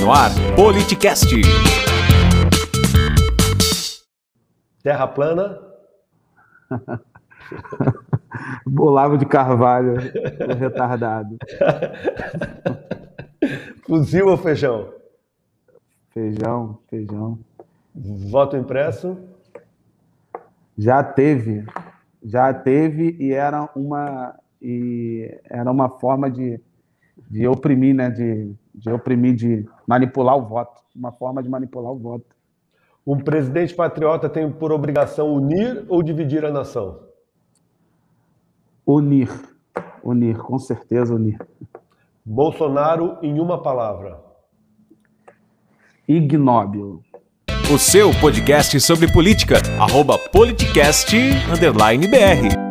no ar, Politicast. Terra plana? Olavo de Carvalho, retardado. Fuzil ou feijão? Feijão, feijão. Voto impresso? Já teve, já teve e era uma e era uma forma de, de oprimir, né? De, de oprimir, de manipular o voto, uma forma de manipular o voto. Um presidente patriota tem por obrigação unir ou dividir a nação? Unir, unir, com certeza unir. Bolsonaro em uma palavra. Ignóbil. O seu podcast sobre política, arroba politicast_br.